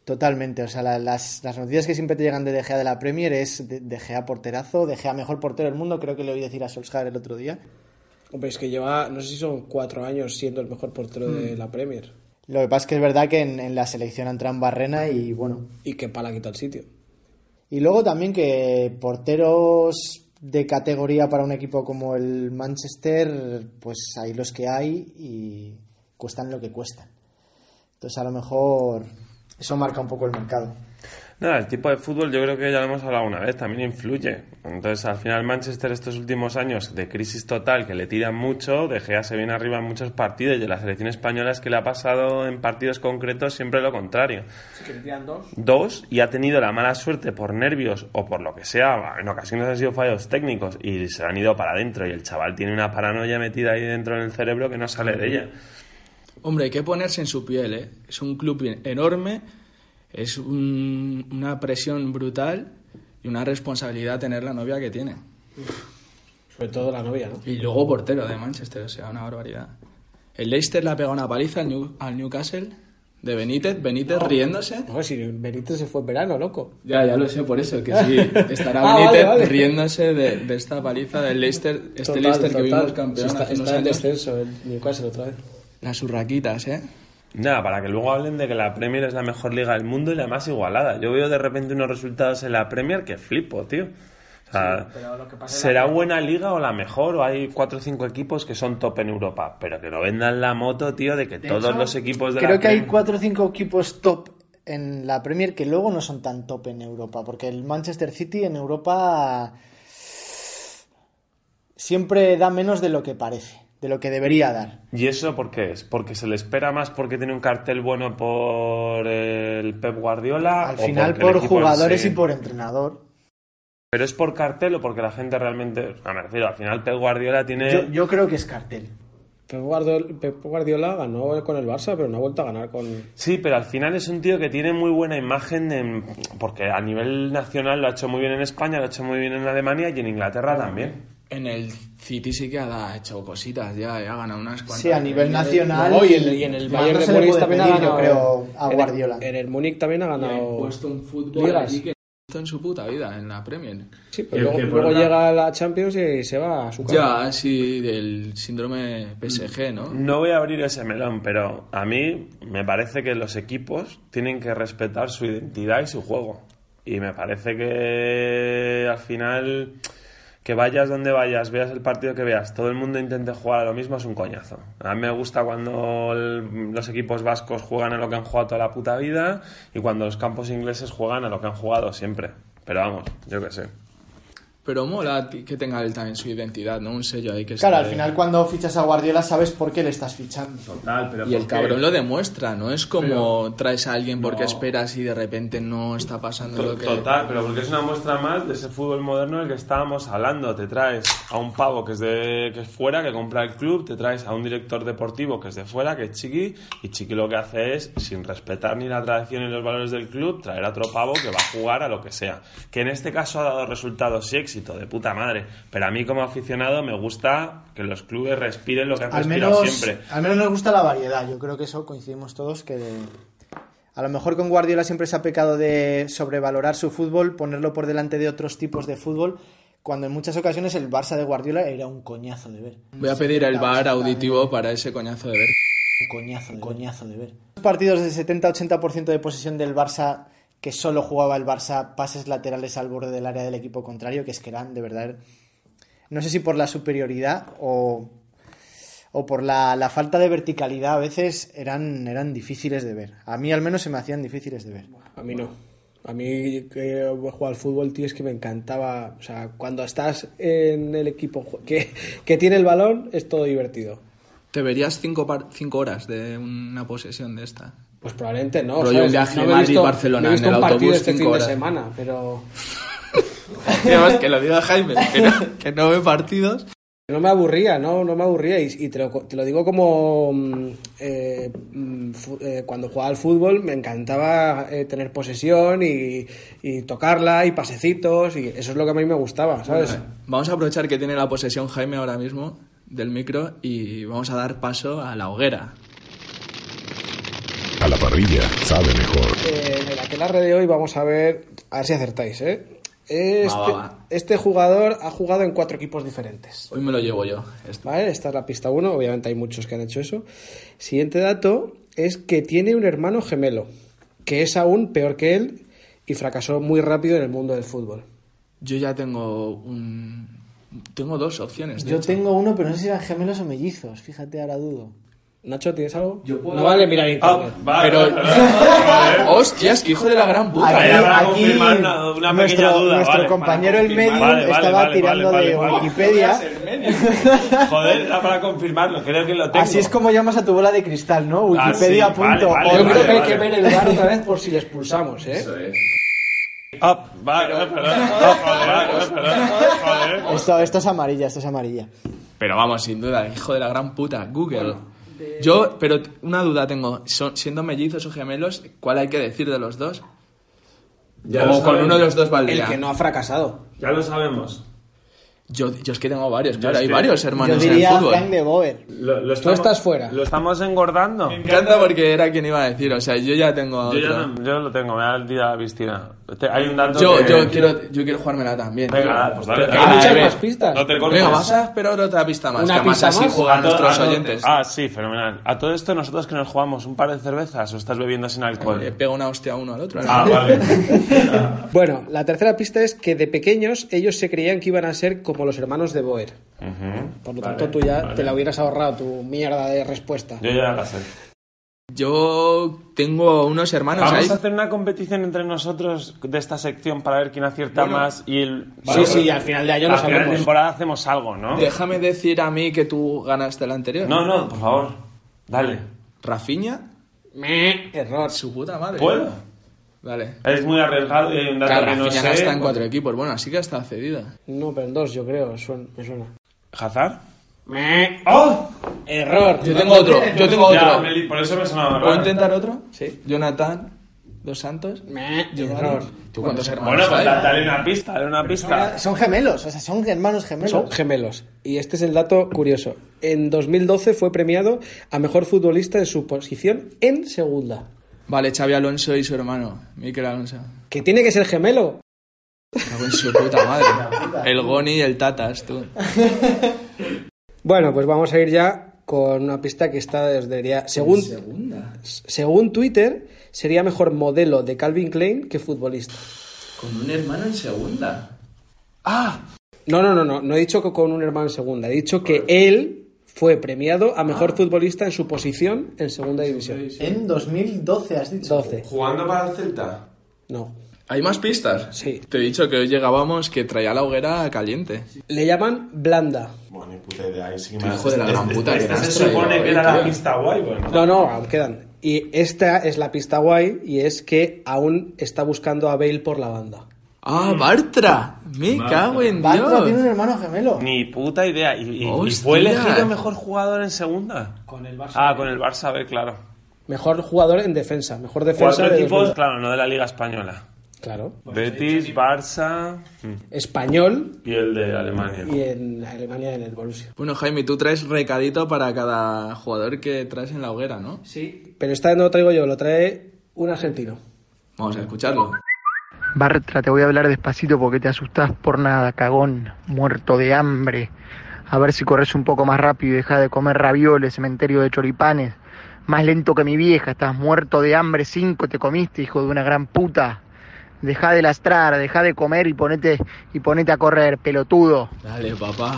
[SPEAKER 7] Totalmente, o sea, la- las, las noticias que siempre te llegan de De Gea de la Premier es De, De Gea porterazo, De Gea mejor portero del mundo, creo que le oí decir a Solskjaer el otro día.
[SPEAKER 4] Hombre, es que lleva, no sé si son cuatro años siendo el mejor portero
[SPEAKER 3] Mm.
[SPEAKER 4] de la Premier.
[SPEAKER 7] Lo que pasa es que es verdad que en, en la selección entra en Barrena y bueno.
[SPEAKER 4] Y que para quita el sitio.
[SPEAKER 7] Y luego también que porteros de categoría para un equipo como el Manchester, pues hay los que hay y cuestan lo que cuestan. Entonces a lo mejor eso marca un poco el mercado.
[SPEAKER 5] Nada, el tipo de fútbol yo creo que ya lo hemos hablado una vez, también influye. Entonces, al final, Manchester estos últimos años de crisis total, que le tiran mucho, De Gea se viene arriba en muchos partidos y de la selección española es que le ha pasado en partidos concretos siempre lo contrario. Dos, y ha tenido la mala suerte por nervios o por lo que sea, en ocasiones han sido fallos técnicos y se han ido para adentro y el chaval tiene una paranoia metida ahí dentro en el cerebro que no sale de ella.
[SPEAKER 3] Hombre, hay que ponerse en su piel, ¿eh? Es un club en- enorme, es un- una presión brutal y una responsabilidad tener la novia que tiene.
[SPEAKER 4] Sobre todo la novia, ¿no?
[SPEAKER 3] Y luego portero de Manchester, o sea, una barbaridad. El Leicester le ha pegado una paliza al, New- al Newcastle de Benítez, Benítez riéndose.
[SPEAKER 4] No, si Benítez se fue en verano, loco.
[SPEAKER 3] Ya, ya lo sé por eso, que sí, estará
[SPEAKER 4] Ah, vale,
[SPEAKER 3] Benítez
[SPEAKER 4] vale.
[SPEAKER 3] riéndose de, de esta paliza del Leicester, este
[SPEAKER 4] Total,
[SPEAKER 3] Leicester que
[SPEAKER 4] total.
[SPEAKER 3] vimos campeón
[SPEAKER 4] Sí, está,
[SPEAKER 3] hace unos
[SPEAKER 4] está en este-
[SPEAKER 3] años.
[SPEAKER 4] descenso el Newcastle otra vez.
[SPEAKER 3] Las urraquitas, ¿eh?
[SPEAKER 5] Nada, para que luego hablen de que la Premier es la mejor liga del mundo y la más igualada. Yo veo de repente unos resultados en la Premier que flipo, tío. O sea, será buena liga o la mejor, o hay cuatro o cinco equipos que son top en Europa, pero que no vendan la moto, tío, de que todos los equipos de
[SPEAKER 7] Creo
[SPEAKER 5] la
[SPEAKER 7] que hay
[SPEAKER 5] Premier-
[SPEAKER 7] cuatro o cinco equipos top en la Premier que luego no son tan top en Europa, porque el Manchester City en Europa siempre da menos de lo que parece, de lo que debería dar.
[SPEAKER 5] ¿Y eso por qué es? ¿Porque se le espera más porque tiene un cartel bueno por el Pep Guardiola?
[SPEAKER 7] Al
[SPEAKER 5] o
[SPEAKER 7] final
[SPEAKER 5] porque el
[SPEAKER 7] por
[SPEAKER 5] equipo en
[SPEAKER 7] jugadores
[SPEAKER 5] sí?
[SPEAKER 7] y por entrenador.
[SPEAKER 5] ¿Pero es por cartel o porque la gente realmente... O sea, me refiero, al final Pep Guardiola tiene...
[SPEAKER 7] Yo, yo creo que es cartel.
[SPEAKER 4] Pep Guardiola, Pep Guardiola ganó con el Barça, pero no ha vuelto a ganar con...
[SPEAKER 5] Sí, pero al final es un tío que tiene muy buena imagen en- porque a nivel nacional lo ha hecho muy bien en España, lo ha hecho muy bien en Alemania y en Inglaterra también.
[SPEAKER 3] En el City sí que ha ha hecho cositas, ya, ya ha ganado unas cuantas.
[SPEAKER 7] Sí, a nivel nacional.
[SPEAKER 4] No, y, en, y en el
[SPEAKER 7] más
[SPEAKER 4] Bayern
[SPEAKER 7] no
[SPEAKER 4] de
[SPEAKER 7] se le
[SPEAKER 4] Múnich
[SPEAKER 7] puede
[SPEAKER 4] también
[SPEAKER 7] pedir,
[SPEAKER 4] ha ganado...
[SPEAKER 7] yo creo, a
[SPEAKER 4] en el-
[SPEAKER 7] Guardiola.
[SPEAKER 4] En el, Múnich también ha
[SPEAKER 3] Le han
[SPEAKER 4] ganado...
[SPEAKER 3] puesto un fútbol
[SPEAKER 4] ligas.
[SPEAKER 3] allí que no he visto en su puta vida en la Premier.
[SPEAKER 4] Sí,
[SPEAKER 5] El
[SPEAKER 4] pero luego,
[SPEAKER 5] que
[SPEAKER 4] luego
[SPEAKER 5] Guardiola-
[SPEAKER 4] llega a la Champions y se va a su casa.
[SPEAKER 3] Ya, sí, del síndrome
[SPEAKER 7] Mm.
[SPEAKER 3] PSG, ¿no?
[SPEAKER 5] No voy a abrir ese melón, pero a mí me parece que los equipos tienen que respetar su identidad y su juego. Y me parece que al final que vayas donde vayas, veas el partido que veas, todo el mundo intente jugar a lo mismo es un coñazo. A mí me gusta cuando el- los equipos vascos juegan a lo que han jugado toda la puta vida y cuando los campos ingleses juegan a lo que han jugado siempre. Pero vamos, yo qué sé.
[SPEAKER 3] Pero mola ti- que tenga él también su identidad, ¿no? Un sello ahí que se
[SPEAKER 7] Claro, al
[SPEAKER 3] le-
[SPEAKER 7] final cuando fichas a Guardiola sabes por qué le estás fichando.
[SPEAKER 3] Y el cabrón lo demuestra, ¿no? Es como traes a alguien porque esperas y de repente no está pasando lo que...
[SPEAKER 5] Total, pero porque es una muestra más de ese fútbol moderno del que estábamos hablando. Te traes a un pavo que es de que es fuera, que compra el club, te traes a un director deportivo que es de fuera, que es Chiqui, y Chiqui lo que hace es, sin respetar ni la tradición ni los valores del club, traer a otro pavo que va a jugar a lo que sea. Que en este caso ha dado resultados y éxito, de puta madre. Pero a mí como aficionado me gusta que los clubes respiren lo que han
[SPEAKER 7] Al
[SPEAKER 5] respirado
[SPEAKER 7] menos,
[SPEAKER 5] siempre.
[SPEAKER 7] al menos nos gusta la variedad. Yo creo que eso coincidimos todos que a lo mejor con Guardiola siempre se ha pecado de sobrevalorar su fútbol, ponerlo por delante de otros tipos de fútbol, cuando en muchas ocasiones el Barça de Guardiola era un coñazo de ver.
[SPEAKER 3] Voy a pedir el bar auditivo para ese coñazo de ver.
[SPEAKER 7] Un coñazo, de coñazo de ver. Partidos de 70-80% de posesión del Barça que solo jugaba el Barça pases laterales al borde del área del equipo contrario, que es que eran de verdad. No sé si por la superioridad o, o por la, la falta de verticalidad, a veces eran, eran difíciles de ver. A mí al menos se me hacían difíciles de ver.
[SPEAKER 4] A mí no. A mí que he jugado al fútbol, tío, es que me encantaba. O sea, cuando estás en el equipo ju- que, que tiene el balón, es todo divertido.
[SPEAKER 3] Te verías cinco, par- cinco horas de una posesión de esta.
[SPEAKER 4] Pues probablemente no.
[SPEAKER 3] Rollo
[SPEAKER 4] ¿sabes?
[SPEAKER 3] el viaje
[SPEAKER 4] No me he
[SPEAKER 3] Madrid-
[SPEAKER 4] visto-
[SPEAKER 3] Barcelona
[SPEAKER 4] me he visto
[SPEAKER 3] en el
[SPEAKER 4] un partido
[SPEAKER 3] autobús
[SPEAKER 4] este
[SPEAKER 3] cinco
[SPEAKER 4] fin
[SPEAKER 3] horas.
[SPEAKER 4] de semana, pero
[SPEAKER 3] Además, que lo diga Jaime, que no, que no ve partidos
[SPEAKER 4] No me aburría, no, no me aburría. Y, y te, lo, te lo digo como mm, eh, mm, fu- eh, cuando jugaba al fútbol me encantaba eh, tener posesión y, y tocarla y pasecitos. Y eso es lo que a mí me gustaba, ¿sabes?
[SPEAKER 3] Vamos a aprovechar que tiene la posesión Jaime ahora mismo del micro y vamos a dar paso a la hoguera.
[SPEAKER 9] A la parrilla sabe mejor.
[SPEAKER 4] Eh, en el aquelarre de hoy vamos a ver, a ver si acertáis, ¿eh? Este,
[SPEAKER 3] Va, va, va.
[SPEAKER 4] este jugador ha jugado en cuatro equipos diferentes.
[SPEAKER 3] Hoy me lo llevo yo. esto.
[SPEAKER 4] ¿Vale? Esta es la pista 1, obviamente hay muchos que han hecho eso. Siguiente dato es que tiene un hermano gemelo, que es aún peor que él y fracasó muy rápido en el mundo del fútbol.
[SPEAKER 3] Yo ya tengo un... Tengo dos opciones. de
[SPEAKER 7] Yo
[SPEAKER 3] hecho.
[SPEAKER 7] tengo uno, pero no sé si eran gemelos o mellizos. Fíjate, ahora dudo.
[SPEAKER 4] Nacho, ¿tienes algo?
[SPEAKER 3] Yo puedo-
[SPEAKER 4] No vale mirar internet.
[SPEAKER 5] Ah, Vale,
[SPEAKER 3] Pero-
[SPEAKER 5] vale, vale.
[SPEAKER 3] ¡Hostias, hijo de la gran puta!
[SPEAKER 5] Ahí habrá confirmar una- una
[SPEAKER 7] nuestro,
[SPEAKER 5] pequeña duda,
[SPEAKER 7] nuestro
[SPEAKER 5] vale,
[SPEAKER 7] compañero
[SPEAKER 5] para
[SPEAKER 7] el medium
[SPEAKER 5] confirmar. Vale, vale,
[SPEAKER 7] estaba
[SPEAKER 5] vale,
[SPEAKER 7] tirando
[SPEAKER 5] vale,
[SPEAKER 7] de
[SPEAKER 5] vale.
[SPEAKER 7] Wikipedia.
[SPEAKER 5] Joder, era para confirmarlo, creo que lo tengo.
[SPEAKER 7] Así es como llamas a tu bola de cristal, ¿no?
[SPEAKER 5] Ah, sí,
[SPEAKER 7] Wikipedia.org.
[SPEAKER 5] vale, vale,
[SPEAKER 4] Yo
[SPEAKER 5] vale,
[SPEAKER 4] creo que hay
[SPEAKER 5] vale.
[SPEAKER 4] que ver el lugar otra vez por si le expulsamos, ¿eh?
[SPEAKER 5] Ah, vale, vale, perdón. Joder, joder, perdón. Joder.
[SPEAKER 7] Esto, esto es amarilla, esto es amarilla.
[SPEAKER 3] Pero vamos, sin duda, hijo de la gran puta, Google. Yo, pero t- una duda tengo. Son- siendo mellizos o gemelos, ¿cuál hay que decir de los dos? Como con uno de los dos
[SPEAKER 4] El
[SPEAKER 3] valdría.
[SPEAKER 4] que no ha fracasado.
[SPEAKER 5] Ya lo sabemos.
[SPEAKER 3] yo, yo es que tengo varios, claro,
[SPEAKER 5] es
[SPEAKER 3] hay
[SPEAKER 5] que-
[SPEAKER 3] varios
[SPEAKER 7] Yo
[SPEAKER 3] hermanos en el
[SPEAKER 7] diría
[SPEAKER 3] fútbol.
[SPEAKER 7] Frank de Boer.
[SPEAKER 5] Lo, lo
[SPEAKER 4] Tú
[SPEAKER 5] estamos-
[SPEAKER 4] estás fuera.
[SPEAKER 5] Lo estamos engordando.
[SPEAKER 3] Me encanta porque era quien iba a decir, o sea, yo ya tengo
[SPEAKER 5] Yo, ya
[SPEAKER 3] otro.
[SPEAKER 5] no- yo lo tengo, me da el día la piscina. Te- Hay un dato
[SPEAKER 3] Yo,
[SPEAKER 5] que-
[SPEAKER 3] yo quiero, yo quiero jugármela también.
[SPEAKER 5] Venga, nada, pues dale.
[SPEAKER 3] Pero-
[SPEAKER 4] Hay
[SPEAKER 3] Ah,
[SPEAKER 4] muchas
[SPEAKER 3] eh,
[SPEAKER 4] más pistas.
[SPEAKER 5] No te cortes.
[SPEAKER 3] Venga, vas a esperar otra pista más,
[SPEAKER 4] Una
[SPEAKER 3] que más
[SPEAKER 4] pista
[SPEAKER 3] así
[SPEAKER 4] más.
[SPEAKER 3] juegan
[SPEAKER 5] todo-
[SPEAKER 3] nuestros
[SPEAKER 5] todo-
[SPEAKER 3] oyentes.
[SPEAKER 5] Ah, sí, fenomenal. A todo esto, nosotros que nos jugamos un par de cervezas o estás bebiendo sin
[SPEAKER 3] Le
[SPEAKER 5] alcohol.
[SPEAKER 3] pega una hostia uno al otro.
[SPEAKER 5] Ah, vale.
[SPEAKER 4] Bueno, la tercera pista es que de pequeños ellos se creían que iban a ser como los hermanos de Boer.
[SPEAKER 5] Ujú.
[SPEAKER 4] Por lo tanto, tú ya te la hubieras ahorrado tu mierda de respuesta.
[SPEAKER 5] Yo ya la sé.
[SPEAKER 3] Yo tengo unos
[SPEAKER 4] Ah,
[SPEAKER 3] hermanos ahí.
[SPEAKER 5] Vamos a hacer una competición entre nosotros de esta sección para ver quién acierta más y el...
[SPEAKER 4] Sí, sí, al final de año lo
[SPEAKER 5] Al final de
[SPEAKER 4] sabemos.
[SPEAKER 5] temporada hacemos algo, ¿no?
[SPEAKER 3] Déjame decir a mí que tú ganaste la anterior.
[SPEAKER 5] No, no, por favor. Dale.
[SPEAKER 3] Rafiña,
[SPEAKER 4] Meh, Error.
[SPEAKER 3] su puta madre.
[SPEAKER 5] ¿Puedo?
[SPEAKER 3] Vale.
[SPEAKER 5] Es muy arriesgado y hay un dato
[SPEAKER 3] Claro,
[SPEAKER 5] que no
[SPEAKER 3] Rafinha
[SPEAKER 5] sé.
[SPEAKER 3] está en cuatro equipos. Bueno, así que está cedida.
[SPEAKER 4] No, pero en dos, yo creo, suena- me suena.
[SPEAKER 5] ¿Hazard?
[SPEAKER 4] Meh.
[SPEAKER 5] ¡Oh!
[SPEAKER 4] Error.
[SPEAKER 3] Yo tengo otro, yo tengo
[SPEAKER 5] Ya,
[SPEAKER 3] otro.
[SPEAKER 5] me li- por eso me sonaba
[SPEAKER 3] ¿Puedo
[SPEAKER 5] raro.
[SPEAKER 3] intentar otro?
[SPEAKER 4] Sí.
[SPEAKER 3] Jonathan, Dos Santos.
[SPEAKER 4] Meh,
[SPEAKER 3] Giovanni.
[SPEAKER 4] Error.
[SPEAKER 3] ¿Tú cuántos hermanos
[SPEAKER 5] Bueno, pues
[SPEAKER 3] hay?
[SPEAKER 5] da- dale una pista, dale una pista.
[SPEAKER 7] Son gemelos, o sea, son hermanos gemelos.
[SPEAKER 4] Son gemelos. Y este es el dato curioso. En 2012 fue premiado a mejor futbolista de su posición en segunda.
[SPEAKER 3] Vale, Xavi Alonso y su hermano, Miquel Alonso.
[SPEAKER 4] Que tiene que ser gemelo.
[SPEAKER 3] Cago en su puta madre. El Goni y el Tatas, tú.
[SPEAKER 4] Bueno, pues vamos a ir ya con una pista que está desde ya- según según Twitter sería mejor modelo de Calvin Klein que futbolista.
[SPEAKER 3] Con un hermano en segunda. Ah.
[SPEAKER 4] No, no, no, no, no he dicho que con un hermano en segunda, he dicho que él fue premiado a mejor futbolista en su posición en segunda división.
[SPEAKER 7] En 2012, has dicho.
[SPEAKER 4] 12.
[SPEAKER 5] ¿Jugando para el Celta?
[SPEAKER 4] No.
[SPEAKER 3] ¿Hay más pistas?
[SPEAKER 4] Sí.
[SPEAKER 3] Te he dicho que hoy llegábamos que traía la hoguera caliente.
[SPEAKER 4] Le llaman blanda.
[SPEAKER 5] Bueno, ni puta idea. Ahí sí que me
[SPEAKER 3] Hijo de la gran puta que
[SPEAKER 5] Esta
[SPEAKER 3] te
[SPEAKER 5] Este, se
[SPEAKER 3] has traído,
[SPEAKER 5] supone que
[SPEAKER 3] eh,
[SPEAKER 5] era la
[SPEAKER 3] tío.
[SPEAKER 5] pista guay, bueno.
[SPEAKER 4] No, no, aún quedan. Y esta es la pista guay y es que aún está buscando a Bale por la banda.
[SPEAKER 3] ¡Ah, Bartra! ¡Me cago en
[SPEAKER 7] Bartra tiene un
[SPEAKER 3] Dios!
[SPEAKER 7] hermano gemelo.
[SPEAKER 5] Ni puta idea. ¿Y, y- y
[SPEAKER 3] Hostia.
[SPEAKER 5] fue elegido mejor jugador en segunda? Con el Barça. Ah, con el Barça B, claro.
[SPEAKER 4] Mejor jugador en defensa, mejor defensa
[SPEAKER 5] Cuatro
[SPEAKER 4] de
[SPEAKER 5] equipos,
[SPEAKER 4] 2000.
[SPEAKER 5] claro, no de la Liga Española.
[SPEAKER 4] Claro.
[SPEAKER 5] Betis, Barça
[SPEAKER 4] Español
[SPEAKER 5] y el de Alemania.
[SPEAKER 4] y en Alemania en el Borussia.
[SPEAKER 3] Bueno, Jaime, tú traes recadito para cada jugador que traes en la hoguera, ¿no?
[SPEAKER 4] Pero esta no lo traigo yo, lo trae un argentino.
[SPEAKER 3] Vamos a escucharlo.
[SPEAKER 10] Bartra, te voy a hablar despacito porque te asustás por nada, cagón, muerto de hambre. A ver si corres un poco más rápido y dejas de comer ravioles, cementerio de choripanes. Más lento que mi vieja, estás muerto de hambre, cinco te comiste, hijo de una gran puta. Deja de lastrar, deja de comer y ponete, y ponete a correr, pelotudo.
[SPEAKER 3] Dale, papá.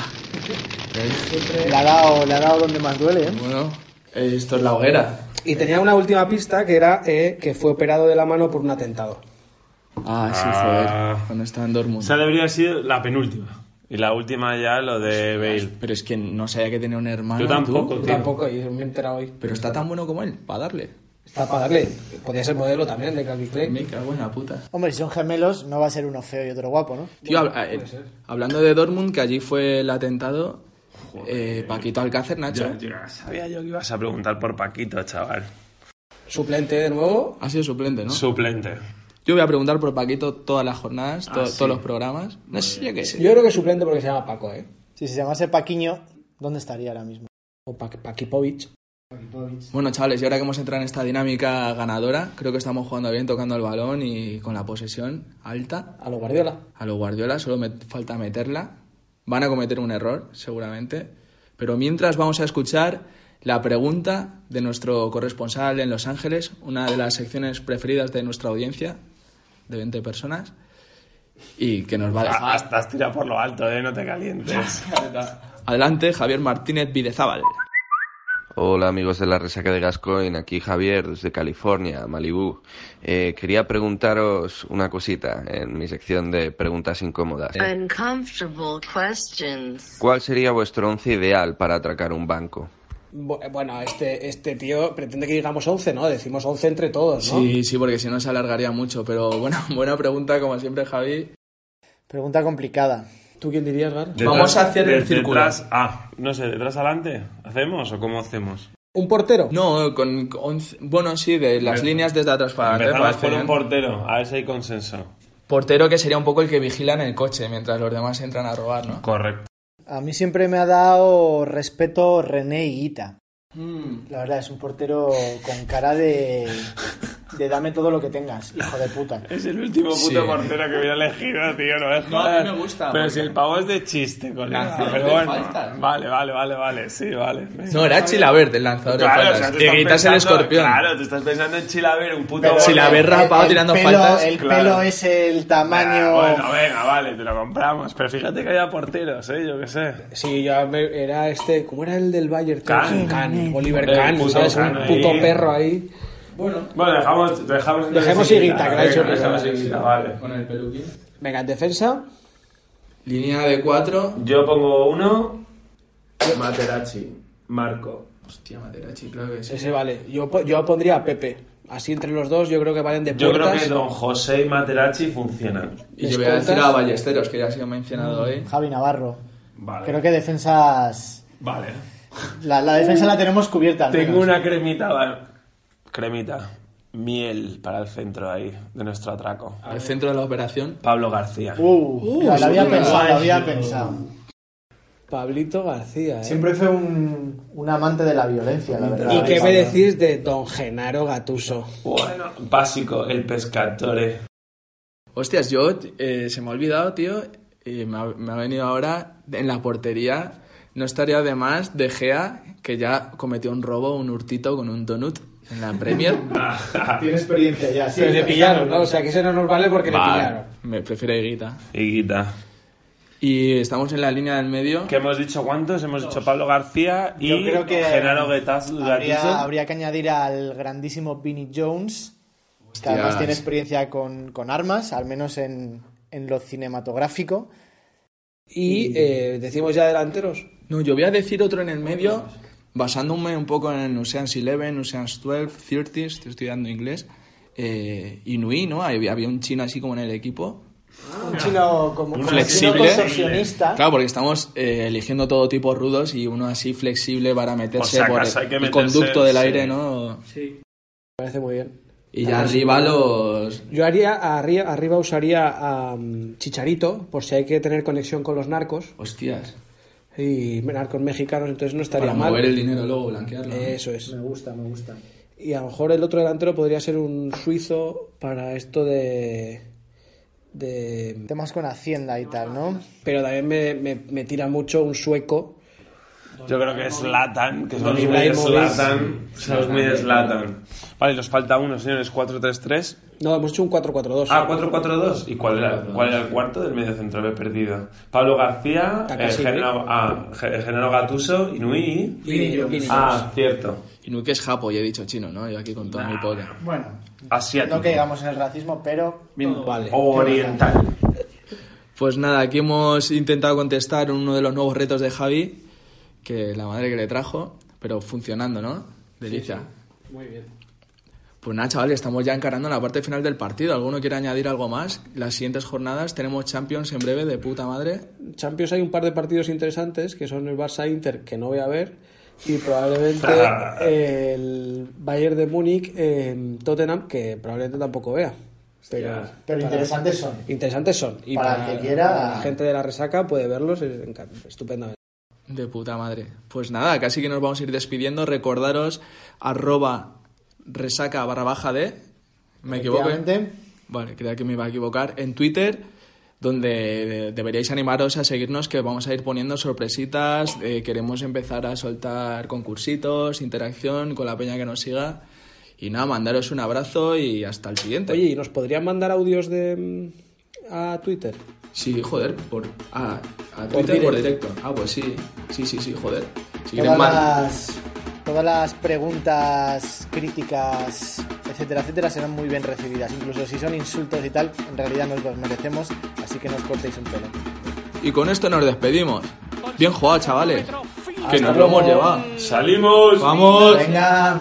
[SPEAKER 7] Le ha dado, le ha dado donde más duele, ¿eh?
[SPEAKER 3] Bueno, esto es la hoguera.
[SPEAKER 4] Y tenía una última pista que era eh, que fue operado de la mano por un atentado.
[SPEAKER 3] Ah, sí,
[SPEAKER 5] Ah.
[SPEAKER 3] joder. Cuando estaba en Dortmund.
[SPEAKER 5] Esa debería haber sido la penúltima. Y la última ya, lo de Bale.
[SPEAKER 3] Pero es que no sabía que tenía un hermano.
[SPEAKER 5] Yo
[SPEAKER 3] ¿tú?
[SPEAKER 5] tampoco,
[SPEAKER 4] Yo
[SPEAKER 5] tío.
[SPEAKER 4] Tampoco, y me he enterado hoy.
[SPEAKER 3] Pero está tan bueno como él, para darle.
[SPEAKER 4] Está para darle. Podía ser modelo también de Calvin Klein.
[SPEAKER 3] Me cago en la puta.
[SPEAKER 7] Hombre, si son gemelos, no va a ser uno feo y otro guapo, ¿no?
[SPEAKER 3] Tío, hab- eh, hablando de Dortmund, que allí fue el atentado, Eh, Paquito Alcácer, Nacho.
[SPEAKER 5] Ya, ya sabía yo que ibas a preguntar por Paquito, chaval.
[SPEAKER 4] Suplente de nuevo.
[SPEAKER 3] Ha sido suplente, ¿no?
[SPEAKER 5] Suplente.
[SPEAKER 3] Yo voy a preguntar por Paquito todas las jornadas, to-
[SPEAKER 5] Ah, sí.
[SPEAKER 3] todos los programas. No sé, yo qué sé.
[SPEAKER 4] Yo creo que suplente porque se llama Paco, ¿eh?
[SPEAKER 7] Si se llamase Paquiño, ¿dónde estaría ahora mismo?
[SPEAKER 4] O Pa- Paquipovich.
[SPEAKER 3] Bueno, chavales, y ahora que hemos entrado en esta dinámica ganadora, creo que estamos jugando bien, tocando el balón y con la posesión alta.
[SPEAKER 4] A lo Guardiola.
[SPEAKER 3] A los Guardiola solo me falta meterla. Van a cometer un error, seguramente. Pero mientras vamos a escuchar la pregunta de nuestro corresponsal en Los Ángeles, una de las secciones preferidas de nuestra audiencia, de 20 personas, y que nos va a dejar.
[SPEAKER 5] Ah, Hasta has tirado por lo alto, eh, no te calientes.
[SPEAKER 3] Adelante, Javier Martínez Videzábal.
[SPEAKER 11] Hola amigos de la Resaca de Gascoin, aquí Javier desde California, Malibú. Eh, quería preguntaros una cosita en mi sección de preguntas incómodas.
[SPEAKER 8] Uncomfortable questions.
[SPEAKER 11] ¿Cuál sería vuestro once ideal para atracar un banco?
[SPEAKER 4] Bu- Bueno, este, este tío pretende que digamos 11, ¿no? Decimos 11 entre todos, ¿no?
[SPEAKER 3] Sí, sí, porque si no se alargaría mucho, pero bueno, buena pregunta como siempre, Javi.
[SPEAKER 7] Pregunta complicada.
[SPEAKER 4] ¿Tú quién dirías, Gar?
[SPEAKER 3] Vamos a hacer el
[SPEAKER 5] de-
[SPEAKER 3] círculo.
[SPEAKER 5] Detrás, ah, no sé, detrás adelante. ¿Hacemos o cómo hacemos?
[SPEAKER 4] ¿Un portero?
[SPEAKER 3] No, con, once- bueno, sí, de las líneas desde atrás para adelante,
[SPEAKER 5] Empezamos
[SPEAKER 3] parece
[SPEAKER 5] por un
[SPEAKER 3] pues bien.
[SPEAKER 5] portero, a ver si hay consenso.
[SPEAKER 3] portero que sería un poco el que vigila en el coche mientras los demás entran a robar, ¿no?
[SPEAKER 5] Correcto.
[SPEAKER 7] A mí siempre me ha dado respeto René Higuita.
[SPEAKER 4] Mm.
[SPEAKER 7] La verdad, es un portero con cara de, de dame todo lo que tengas, hijo de puta.
[SPEAKER 5] Es el último puto
[SPEAKER 3] Sí.
[SPEAKER 5] portero que hubiera elegido, tío, no es
[SPEAKER 3] No, a mí
[SPEAKER 5] joder.
[SPEAKER 3] me gusta,
[SPEAKER 5] Pero
[SPEAKER 3] porque-
[SPEAKER 5] si el pavo es de chiste, colega.
[SPEAKER 3] Lanzador
[SPEAKER 5] pero
[SPEAKER 3] de
[SPEAKER 5] bueno.
[SPEAKER 3] faltas.
[SPEAKER 5] Vale, vale, vale, vale, sí, vale.
[SPEAKER 3] No, era Chilaver, el lanzador
[SPEAKER 5] Claro,
[SPEAKER 3] de
[SPEAKER 5] o sea,
[SPEAKER 3] faltas.
[SPEAKER 5] tú
[SPEAKER 3] que
[SPEAKER 5] estás
[SPEAKER 3] gritas el
[SPEAKER 5] pensando-
[SPEAKER 3] escorpión.
[SPEAKER 5] Claro, te estás pensando en Chilaver, un puto.
[SPEAKER 7] Pero
[SPEAKER 3] Si
[SPEAKER 5] gordo.
[SPEAKER 3] la
[SPEAKER 7] el-
[SPEAKER 3] ves rapado
[SPEAKER 7] el
[SPEAKER 3] tirando
[SPEAKER 7] pelo-
[SPEAKER 3] faltas,
[SPEAKER 7] El
[SPEAKER 5] claro.
[SPEAKER 7] pelo es el tamaño.
[SPEAKER 5] Ah, bueno, venga, vale, te lo compramos. Pero fíjate que había porteros, ¿eh? Yo qué sé.
[SPEAKER 4] Sí, ya me- era este, ¿cómo era el del Bayern?
[SPEAKER 5] Kahn.
[SPEAKER 4] Kahn, Oliver
[SPEAKER 5] El
[SPEAKER 4] Kahn,
[SPEAKER 5] puto
[SPEAKER 4] ¿sabes?
[SPEAKER 5] Kahn
[SPEAKER 4] un
[SPEAKER 5] ahí.
[SPEAKER 4] puto perro ahí.
[SPEAKER 5] Bueno, dejamos. Dejamos, entonces
[SPEAKER 4] Dejemos
[SPEAKER 5] Higuita,
[SPEAKER 4] Higuita, que la ha hecho
[SPEAKER 5] venga, Dejamos
[SPEAKER 4] Higuita.
[SPEAKER 5] Higuita, vale.
[SPEAKER 3] Con el peluquín.
[SPEAKER 4] Venga, en defensa,
[SPEAKER 3] Línea de cuatro.
[SPEAKER 5] Yo pongo uno.
[SPEAKER 3] Materazzi.
[SPEAKER 5] Marco.
[SPEAKER 3] Hostia, Materazzi, claro que sí.
[SPEAKER 4] ese vale. Yo, po- yo pondría a Pepe. Así entre los dos, yo creo que valen de
[SPEAKER 5] Yo creo
[SPEAKER 4] puertas.
[SPEAKER 5] que Don José y Materazzi funcionan.
[SPEAKER 3] Y yo voy a decir
[SPEAKER 4] Escoltas.
[SPEAKER 3] a Ballesteros, que ya ha sido mencionado hoy.
[SPEAKER 7] Javi Navarro.
[SPEAKER 5] Vale.
[SPEAKER 7] Creo que defensas.
[SPEAKER 5] Vale.
[SPEAKER 7] La, la defensa la tenemos cubierta. al
[SPEAKER 5] Tengo
[SPEAKER 7] menos.
[SPEAKER 5] una cremita. va- Cremita. Miel para el centro ahí, de nuestro atraco.
[SPEAKER 3] Al centro de la operación.
[SPEAKER 5] Pablo García.
[SPEAKER 7] Uh, la, la había pensado, la había pensado.
[SPEAKER 4] Pablito García, ¿eh?
[SPEAKER 7] Siempre fue un, un amante de la violencia, la verdad.
[SPEAKER 4] ¿Y qué me
[SPEAKER 7] Pablo.
[SPEAKER 4] decís de Don Genaro Gatuso?
[SPEAKER 5] Bueno, básico, el pescatore.
[SPEAKER 3] Hostias, yo eh, se me ha olvidado, tío, y me ha, me ha venido ahora en la portería. No estaría de más De Gea, que ya cometió un robo, un hurtito con un donut en la Premier.
[SPEAKER 7] Ah, Tiene experiencia ya. Sí,
[SPEAKER 4] Pero le pillaron, ¿no? O sea, que ese no nos vale porque le
[SPEAKER 5] Vale.
[SPEAKER 4] pillaron.
[SPEAKER 3] me prefiero a Higuita.
[SPEAKER 5] Higuita.
[SPEAKER 3] Y estamos en la línea del medio.
[SPEAKER 5] ¿Qué hemos dicho cuántos? Hemos dicho Pablo García y
[SPEAKER 7] Yo creo que
[SPEAKER 5] Genaro Getazo.
[SPEAKER 7] Habría, habría que añadir al grandísimo Vinnie Jones, que además
[SPEAKER 3] Hostias.
[SPEAKER 7] tiene experiencia con, con armas, al menos en, en lo cinematográfico.
[SPEAKER 4] Y eh, decimos ya delanteros.
[SPEAKER 3] No, yo voy a decir otro en el medio, basándome un poco en Ocean's Eleven, Ocean's 12, 30, estoy estudiando inglés. Eh, Inui, ¿no? Había, había un chino así como en el equipo.
[SPEAKER 7] Un chino como
[SPEAKER 5] Un
[SPEAKER 7] un
[SPEAKER 5] flexible.
[SPEAKER 7] chino contorsionista.
[SPEAKER 3] Claro, porque estamos eh, eligiendo todo tipo rudos y uno así flexible para meterse
[SPEAKER 5] Por si
[SPEAKER 3] por,
[SPEAKER 5] acaso hay
[SPEAKER 3] el,
[SPEAKER 5] que
[SPEAKER 3] el
[SPEAKER 5] meterse,
[SPEAKER 3] conducto del
[SPEAKER 5] sí.
[SPEAKER 3] aire, ¿no?
[SPEAKER 4] Parece muy bien.
[SPEAKER 3] Y ya arriba los...
[SPEAKER 4] Yo haría arriba, arriba usaría a mm, Chicharito, por si hay que tener conexión con los narcos
[SPEAKER 3] Hostias,
[SPEAKER 4] y narcos mexicanos, entonces no estaría
[SPEAKER 3] para
[SPEAKER 4] mal. Eh,
[SPEAKER 3] mover el dinero luego, blanquearlo. ¿no?
[SPEAKER 4] Eso es.
[SPEAKER 7] gusta, me gusta.
[SPEAKER 4] Y a lo mejor el otro delantero podría ser un suizo para esto de. de
[SPEAKER 7] Temas con Hacienda y tal, ¿no?
[SPEAKER 4] pero también me, me- me tira mucho un sueco.
[SPEAKER 5] Yo creo que es Latan, que
[SPEAKER 4] Don
[SPEAKER 5] somos muy de
[SPEAKER 4] Ibrahimovic.
[SPEAKER 5] Zlatan. Somos muy de Zlatan. Vale, nos falta uno, señores. 4-3-3.
[SPEAKER 4] No, hemos hecho un 4-4-2.
[SPEAKER 5] Ah, 4-4-2. ¿Y cuál era, cuál era el cuarto del medio centro? Lo he perdido. Pablo García, eh,
[SPEAKER 4] Takashi,
[SPEAKER 5] Genaro, ah, Ge- Genaro Gatuso, Inui. y-
[SPEAKER 4] Vinny Jones. Vinny
[SPEAKER 5] Ah, cierto.
[SPEAKER 3] Inui que es japo, yo he dicho chino, ¿no? Yo aquí con toda mi polla.
[SPEAKER 7] Bueno,
[SPEAKER 5] Asiático.
[SPEAKER 7] no que digamos en el racismo, pero
[SPEAKER 4] Vale.
[SPEAKER 5] Oriental.
[SPEAKER 3] Pues nada, aquí hemos intentado contestar uno de los nuevos retos de Javi, que la madre que le trajo, pero funcionando, ¿no? Delicia. Muy bien. Pues nada, chavales, estamos ya encarando la parte final del partido. ¿Alguno quiere añadir algo más? Las siguientes jornadas tenemos Champions en breve, de puta madre.
[SPEAKER 4] Champions hay un par de partidos interesantes que son el Barça Inter, que no voy a ver, y probablemente el Bayern de Múnich, eh, Tottenham, que probablemente tampoco vea. Pero,
[SPEAKER 7] Pero interesantes son.
[SPEAKER 4] Interesantes son. Y
[SPEAKER 7] Para
[SPEAKER 4] para,
[SPEAKER 7] el que quiera- ah.
[SPEAKER 4] la gente de la resaca puede verlos eh, encan- estupendamente.
[SPEAKER 3] De puta madre. Pues nada, casi que nos vamos a ir despidiendo. Recordaros arroba resaca barra baja de... Me equivoco. ¿eh? Vale, creía que me iba a equivocar. En Twitter, donde eh, deberíais animaros a seguirnos, que vamos a ir poniendo sorpresitas. eh, queremos empezar a soltar concursitos, interacción con la peña que nos siga. Y nada, mandaros un abrazo y hasta el siguiente.
[SPEAKER 4] Oye, ¿y nos podrían mandar audios de mm, a Twitter?
[SPEAKER 3] Sí, joder, por, a, a
[SPEAKER 4] Por
[SPEAKER 3] Twitter por directo.
[SPEAKER 4] directo.
[SPEAKER 3] Ah, pues sí, sí, sí, sí, joder. Si queréis
[SPEAKER 7] Todas
[SPEAKER 3] mal.
[SPEAKER 7] las, todas las preguntas, críticas, etcétera, etcétera, serán muy bien recibidas. Incluso si son insultos y tal, en realidad nos los merecemos, así que no os cortéis un pelo.
[SPEAKER 3] Y con esto nos despedimos. Bien jugado, chavales. Que
[SPEAKER 7] Hasta
[SPEAKER 3] nos lo
[SPEAKER 7] luego.
[SPEAKER 3] hemos llevado.
[SPEAKER 5] ¡Salimos!
[SPEAKER 3] ¡Vamos!
[SPEAKER 7] Venga.